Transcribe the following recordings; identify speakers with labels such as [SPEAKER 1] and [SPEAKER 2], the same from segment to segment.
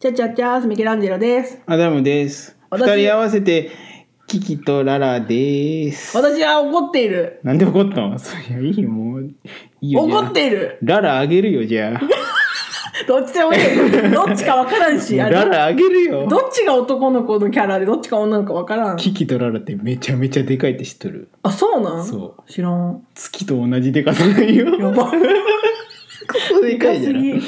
[SPEAKER 1] チャチャチャースミケランジェロです。
[SPEAKER 2] アダムです。
[SPEAKER 1] 私
[SPEAKER 2] 二人合わせて、キキとララです。
[SPEAKER 1] 私は怒っている。
[SPEAKER 2] なんで怒ったのそりゃいいもう、いいよ。じゃあ
[SPEAKER 1] 怒っている。
[SPEAKER 2] ララあげるよ、じゃあ。
[SPEAKER 1] どっちでもいい。どっちかわからんし、あ
[SPEAKER 2] ラ
[SPEAKER 1] れ。
[SPEAKER 2] ラあげる
[SPEAKER 1] ど
[SPEAKER 2] よ。
[SPEAKER 1] っちが男の子のキャラで、どっちが女の子わからん。
[SPEAKER 2] キキとララってめちゃめちゃでかいって知っとる。
[SPEAKER 1] あ、そうなん
[SPEAKER 2] そ
[SPEAKER 1] 知らん。
[SPEAKER 2] 月と同じでかさないよ。
[SPEAKER 1] やば。
[SPEAKER 2] クソでかいじゃ
[SPEAKER 1] す
[SPEAKER 2] ん。
[SPEAKER 1] ぎ。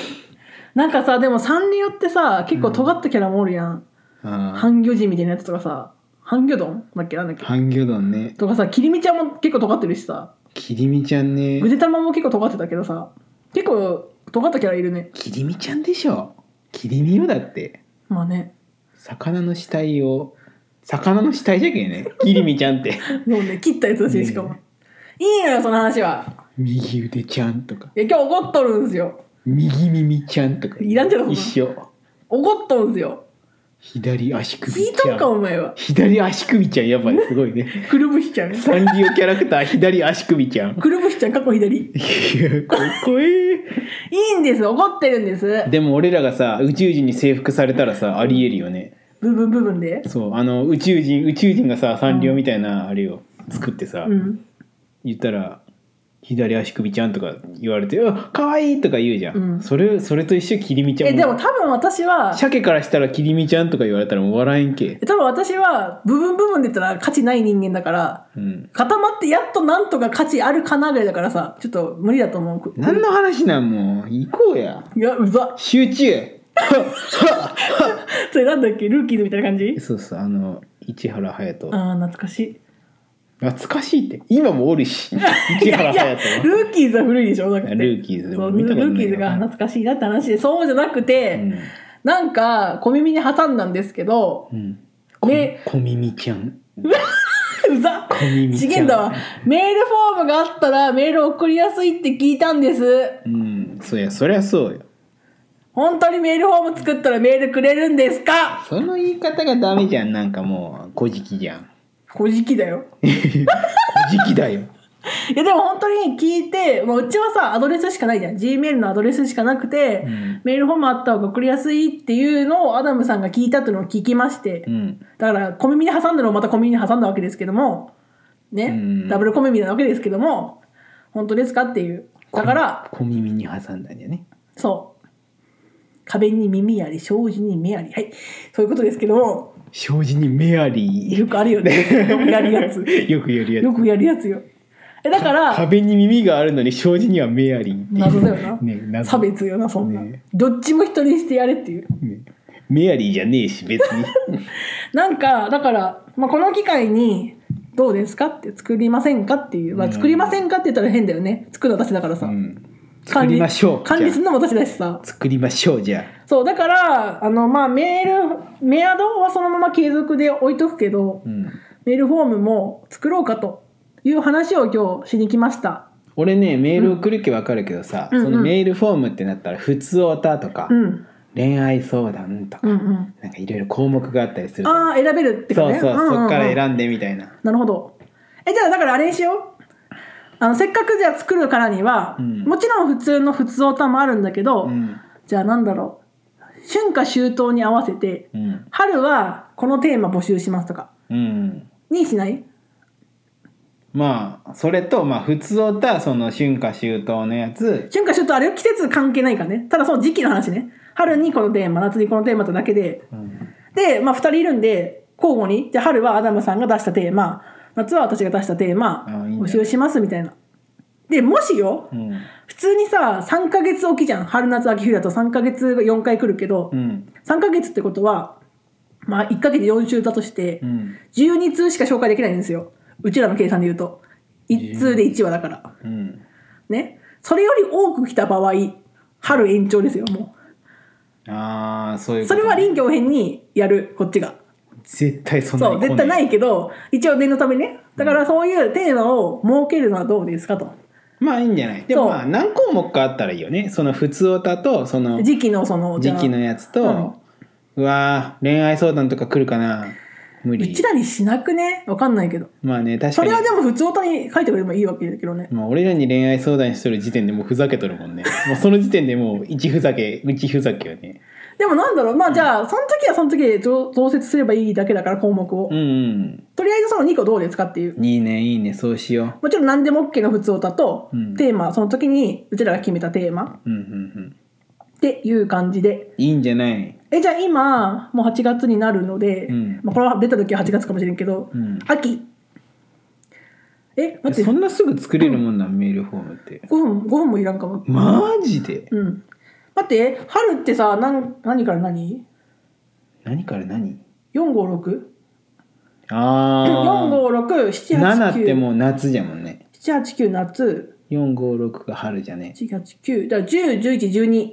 [SPEAKER 1] なんかさ、でも3によってさ、結構尖ったキャラもおるやん。
[SPEAKER 2] あ
[SPEAKER 1] 半魚人みたいなやつとかさ、半魚丼だっけなんだっ
[SPEAKER 2] あ
[SPEAKER 1] け
[SPEAKER 2] 半魚丼ね。
[SPEAKER 1] とかさ、切り身ちゃんも結構尖ってるしさ、
[SPEAKER 2] キリミちゃんね
[SPEAKER 1] ぐ。でたまも結構尖ってたけどさ、結構尖ったキャラいるね。
[SPEAKER 2] キリミちゃんでしょ。キリミよだって。
[SPEAKER 1] まあね。
[SPEAKER 2] 魚の死体を、魚の死体じゃけんね。キリミちゃ んって。
[SPEAKER 1] もうね、切ったやつだし、しかも
[SPEAKER 2] ね。
[SPEAKER 1] いいのよ、その話は。
[SPEAKER 2] 右腕ちゃんとか。
[SPEAKER 1] いや、今日怒っとるんですよ。
[SPEAKER 2] 右耳ちゃんとか
[SPEAKER 1] いらんじゃろそんな
[SPEAKER 2] 一緒
[SPEAKER 1] 怒っとるんですよ。
[SPEAKER 2] 左足首
[SPEAKER 1] 引い
[SPEAKER 2] ち
[SPEAKER 1] と
[SPEAKER 2] ゃ
[SPEAKER 1] んか、
[SPEAKER 2] ん
[SPEAKER 1] お前は。
[SPEAKER 2] 左足首ちゃんやばいすごいね
[SPEAKER 1] くるぶしちゃん。
[SPEAKER 2] サンリオキャラクター左足首ちゃん
[SPEAKER 1] くるぶしちゃん、過去左。い
[SPEAKER 2] いやかっこいい
[SPEAKER 1] いんです、怒ってるんです。
[SPEAKER 2] でも俺らがさ宇宙人に征服されたらさありえるよね
[SPEAKER 1] 部分部分で。
[SPEAKER 2] そうあの宇宙人宇宙人がさサンリオみたいなあれを作ってさ、
[SPEAKER 1] うん。
[SPEAKER 2] 言ったら左足首ちゃんとか言われて「あかわいい!」とか言うじゃん、
[SPEAKER 1] うん
[SPEAKER 2] それそれと一緒キリミちゃん
[SPEAKER 1] え、でも多分私は、
[SPEAKER 2] 鮭からしたらキリミちゃんとか言われたらもう笑えんけ
[SPEAKER 1] 多分私は、部分部分で言ったら価値ない人間だから、
[SPEAKER 2] うん
[SPEAKER 1] 固まってやっとなんとか価値あるかなぐらいだからさ、ちょっと無理だと思う。
[SPEAKER 2] 何の話なんもう行こうや
[SPEAKER 1] いや、うざ。
[SPEAKER 2] 集 中
[SPEAKER 1] それなんだっけルーキーズみたいな感じ
[SPEAKER 2] そうそうあの市原隼人
[SPEAKER 1] ああ、懐かしい。
[SPEAKER 2] 懐かしいって今もおるし市原
[SPEAKER 1] いや
[SPEAKER 2] 隼人は
[SPEAKER 1] ルーキーズは古いでしょだって
[SPEAKER 2] ルーキーズで
[SPEAKER 1] そ
[SPEAKER 2] も
[SPEAKER 1] う
[SPEAKER 2] 見
[SPEAKER 1] ル
[SPEAKER 2] たことない
[SPEAKER 1] ーキーズが懐かしいなって話でそうじゃなくて、なんか小耳に挟んだんですけど
[SPEAKER 2] うん、うん、こ
[SPEAKER 1] で
[SPEAKER 2] 小耳ちゃん
[SPEAKER 1] うざ
[SPEAKER 2] 小耳ち
[SPEAKER 1] 次
[SPEAKER 2] ゃん
[SPEAKER 1] 元だわメールフォームがあったらメール送りやすいって聞いたんです
[SPEAKER 2] うんそりゃそりゃそうよ
[SPEAKER 1] 本当にメールフォーム作ったらメールくれるんですか
[SPEAKER 2] その言い方がダメじゃんなんかもう「古事記」じゃん
[SPEAKER 1] 小じきだよ
[SPEAKER 2] 「古事記」だよ
[SPEAKER 1] いやでも本当に聞いて、まあ、うちはさアドレスしかないじゃん G メールのアドレスしかなくて、
[SPEAKER 2] うん
[SPEAKER 1] メールフォームあった方が送りやすいっていうのをアダムさんが聞いたというのを聞きまして、
[SPEAKER 2] うん
[SPEAKER 1] だから小耳に挟んだのをまた小耳に挟んだわけですけどもね、
[SPEAKER 2] うん
[SPEAKER 1] ダブル小耳なわけですけども本当ですかっていうだから
[SPEAKER 2] 小耳に挟んだんだよね
[SPEAKER 1] そう壁に耳あり障子に目ありはいそういうことですけども
[SPEAKER 2] 障子にメアリ
[SPEAKER 1] よくあるよねよくやるやつ
[SPEAKER 2] ーよくやるやつ
[SPEAKER 1] よくやるやつよえだから
[SPEAKER 2] 壁に耳があるのに障子にはメアリーっていう
[SPEAKER 1] 謎だよな、
[SPEAKER 2] ね、謎
[SPEAKER 1] 差別よなそんな、
[SPEAKER 2] ね
[SPEAKER 1] どっちも一人にしてやれっていう
[SPEAKER 2] ねメアリーじゃねえし別に
[SPEAKER 1] なんかだから、まあ、この機会にどうですかって作りませんかっていう、まあ、作りませんかって言ったら変だよね作る私だからさ、
[SPEAKER 2] うん作
[SPEAKER 1] 管理
[SPEAKER 2] りましょう
[SPEAKER 1] 管理す
[SPEAKER 2] じゃ
[SPEAKER 1] るのも私だしさ
[SPEAKER 2] あ作りましょうじゃあ
[SPEAKER 1] そうだからあのまあメールメアドはそのまま継続で置いとくけど、
[SPEAKER 2] うん
[SPEAKER 1] メールフォームも作ろうかという話を今日しに来ました
[SPEAKER 2] 俺ねメール送るけわかるけどさ、
[SPEAKER 1] うんうん
[SPEAKER 2] そのメールフォームってなったら「普通オタ」とか、
[SPEAKER 1] うん
[SPEAKER 2] 恋愛相談」とか、
[SPEAKER 1] うんうん
[SPEAKER 2] なんかいろいろ項目があったりする
[SPEAKER 1] ああ選べるってか
[SPEAKER 2] そう
[SPEAKER 1] ね
[SPEAKER 2] そう、
[SPEAKER 1] んんん
[SPEAKER 2] そっから選んでみたいな
[SPEAKER 1] なるほどえじゃあだからあれにしようあのせっかくじゃあ作るからには、
[SPEAKER 2] うん
[SPEAKER 1] もちろん普通の普通オタもあるんだけど、
[SPEAKER 2] うん
[SPEAKER 1] じゃあなんだろう春夏秋冬に合わせて
[SPEAKER 2] うん
[SPEAKER 1] 春はこのテーマ募集しますとか
[SPEAKER 2] うん
[SPEAKER 1] にしない
[SPEAKER 2] まあそれとまあ普通オタその春夏秋冬のやつ
[SPEAKER 1] 春夏秋冬あれは季節関係ないからねただその時期の話ね春にこのテーマ夏にこのテーマとだけで
[SPEAKER 2] うん
[SPEAKER 1] でまあ2人いるんで交互にじゃあ春はアダムさんが出したテーマ夏は私が出したテーマ
[SPEAKER 2] あいいね
[SPEAKER 1] 募集しますみたいなでもしよ
[SPEAKER 2] うん
[SPEAKER 1] 普通にさ3ヶ月おきじゃん春夏秋冬だと3ヶ月が4回来るけど
[SPEAKER 2] うん
[SPEAKER 1] 3ヶ月ってことはまあ1ヶ月4週だとして
[SPEAKER 2] うん
[SPEAKER 1] 12通しか紹介できないんですようちらの計算で言うと1通で1話だから。
[SPEAKER 2] うん
[SPEAKER 1] ね、それより多く来た場合春延長ですよも
[SPEAKER 2] ああそういううこ
[SPEAKER 1] そ
[SPEAKER 2] と
[SPEAKER 1] れは臨機応変にやるこっちが
[SPEAKER 2] 絶対そんな
[SPEAKER 1] そう
[SPEAKER 2] に来
[SPEAKER 1] 絶対ないいけど一応念のためねだからそういうテーマを設けるのはどうですかと
[SPEAKER 2] まあいいんじゃないでも
[SPEAKER 1] そう
[SPEAKER 2] まあ何項目かあったらいいよねその普通歌とその
[SPEAKER 1] 時期のそのじゃ
[SPEAKER 2] 時
[SPEAKER 1] あ
[SPEAKER 2] 期のやつと、うわー恋愛相談とか来るかな無
[SPEAKER 1] う
[SPEAKER 2] 理
[SPEAKER 1] ちらにしなくねわかんないけど
[SPEAKER 2] まあね確
[SPEAKER 1] そ
[SPEAKER 2] かに
[SPEAKER 1] れはでも普通歌に書いてくれればいいわけだけどね
[SPEAKER 2] まあ、俺らに恋愛相談しとる時点でもうふざけとるもんねもうその時点でもう一ふざけうちふざけよね
[SPEAKER 1] でもなんだろうまあじゃあその時はその時で増増設すればいいだけだから項目を、
[SPEAKER 2] うんうん
[SPEAKER 1] とりあえずその2個どうですかっていう
[SPEAKER 2] いいねいいねそうしよ
[SPEAKER 1] もちろん何でも OK の普通歌と、
[SPEAKER 2] うん
[SPEAKER 1] テーマその時にうちらが決めたテーマ
[SPEAKER 2] ううんうんうん
[SPEAKER 1] っていう感じで
[SPEAKER 2] いいんじゃない
[SPEAKER 1] えじゃあ今もう8月になるので、
[SPEAKER 2] うん
[SPEAKER 1] まあ、これは出た時は8月かもしれんけど、
[SPEAKER 2] うん
[SPEAKER 1] 秋え待って
[SPEAKER 2] そんなすぐ作れるもんなんメールフォームって
[SPEAKER 1] 5分5分もいらんかも
[SPEAKER 2] マジで
[SPEAKER 1] うん待って春ってさなん何から何
[SPEAKER 2] 何から何
[SPEAKER 1] ?456?456
[SPEAKER 2] ああ7って
[SPEAKER 1] 7
[SPEAKER 2] もう夏じゃもんね
[SPEAKER 1] 789夏
[SPEAKER 2] 456が春じゃね
[SPEAKER 1] 489だから101112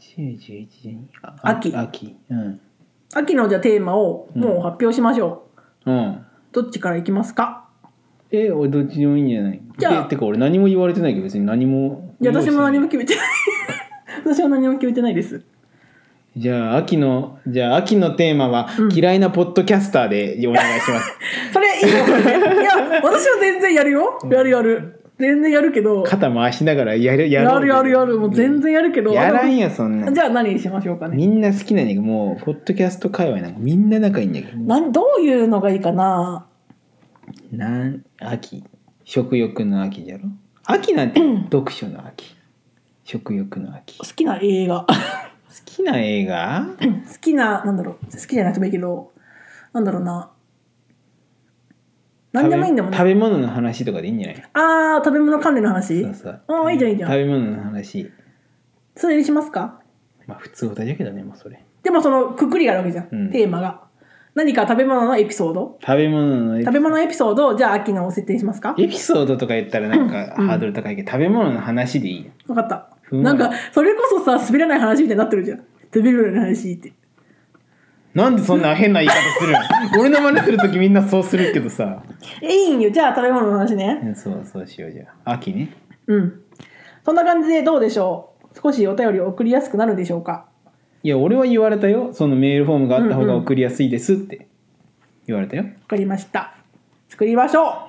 [SPEAKER 2] 1011あ
[SPEAKER 1] 秋
[SPEAKER 2] 秋うん
[SPEAKER 1] 秋のじゃあテーマをもう発表しましょう、
[SPEAKER 2] うん
[SPEAKER 1] どっちからいきますか
[SPEAKER 2] え俺どっちでもいいんじゃない
[SPEAKER 1] じゃあ
[SPEAKER 2] えてか俺何も言われてないけど別に何も
[SPEAKER 1] いや私も何も決めてない 私は何も決めてないです
[SPEAKER 2] じゃあ秋のじゃあ秋のテーマは
[SPEAKER 1] うん
[SPEAKER 2] 嫌いなポッドキャスターでお願いし ます、
[SPEAKER 1] それいいよ、ね、いや私は全然やるよやるやる全然やるけど
[SPEAKER 2] 肩回しながらやるや
[SPEAKER 1] や
[SPEAKER 2] ろう
[SPEAKER 1] るやるやるもう全然やるけど
[SPEAKER 2] やらんやそんな
[SPEAKER 1] じゃあ何にしましょうかね
[SPEAKER 2] みんな好きなんやけどもうポッドキャスト界隈なんかみんな仲いいんやけど
[SPEAKER 1] なんどういうのがいいかな
[SPEAKER 2] なん秋食欲の秋じゃろ秋なんて読書の秋食欲の秋
[SPEAKER 1] 好きな映画
[SPEAKER 2] 好きな映画
[SPEAKER 1] 好きななんだろう好きじゃなくてもいいけどなんだろうな何でもいいんだもん
[SPEAKER 2] 食
[SPEAKER 1] ね
[SPEAKER 2] べ食べ物の話とかでいいんじゃない
[SPEAKER 1] あー食べ物関連の話
[SPEAKER 2] そうそう
[SPEAKER 1] ああいいじゃんいいじゃん
[SPEAKER 2] 食べ物の話
[SPEAKER 1] それにしますか
[SPEAKER 2] まあ普通歌だけどねもうそれ
[SPEAKER 1] でもそのくくりがあるわけじゃん、
[SPEAKER 2] うん
[SPEAKER 1] テーマが何か食べ物のエピソード
[SPEAKER 2] 食べ物のエピ
[SPEAKER 1] 食べ物エピソードをじゃあ秋のを設定しますか
[SPEAKER 2] エピソードとか言ったらなんか
[SPEAKER 1] うん
[SPEAKER 2] ハードル高いけど、食べ物の話でいいよ
[SPEAKER 1] 分かった、
[SPEAKER 2] うん
[SPEAKER 1] なんかそれこそさ滑らない話みたいになってるじゃん食べ物の話って
[SPEAKER 2] なんでそんな変な言い方する の俺の真似する時みんなそうするけどさ
[SPEAKER 1] えいいんよじゃあ食べ物の話
[SPEAKER 2] う
[SPEAKER 1] ね
[SPEAKER 2] んそうそうしようじゃあ秋ね
[SPEAKER 1] うんそんな感じでどうでしょう少しお便りを送りやすくなるでしょうか
[SPEAKER 2] いや俺は言われたよそのメールフォームがあった方が送りやすいですって言われたよ、
[SPEAKER 1] わかりました作りましょう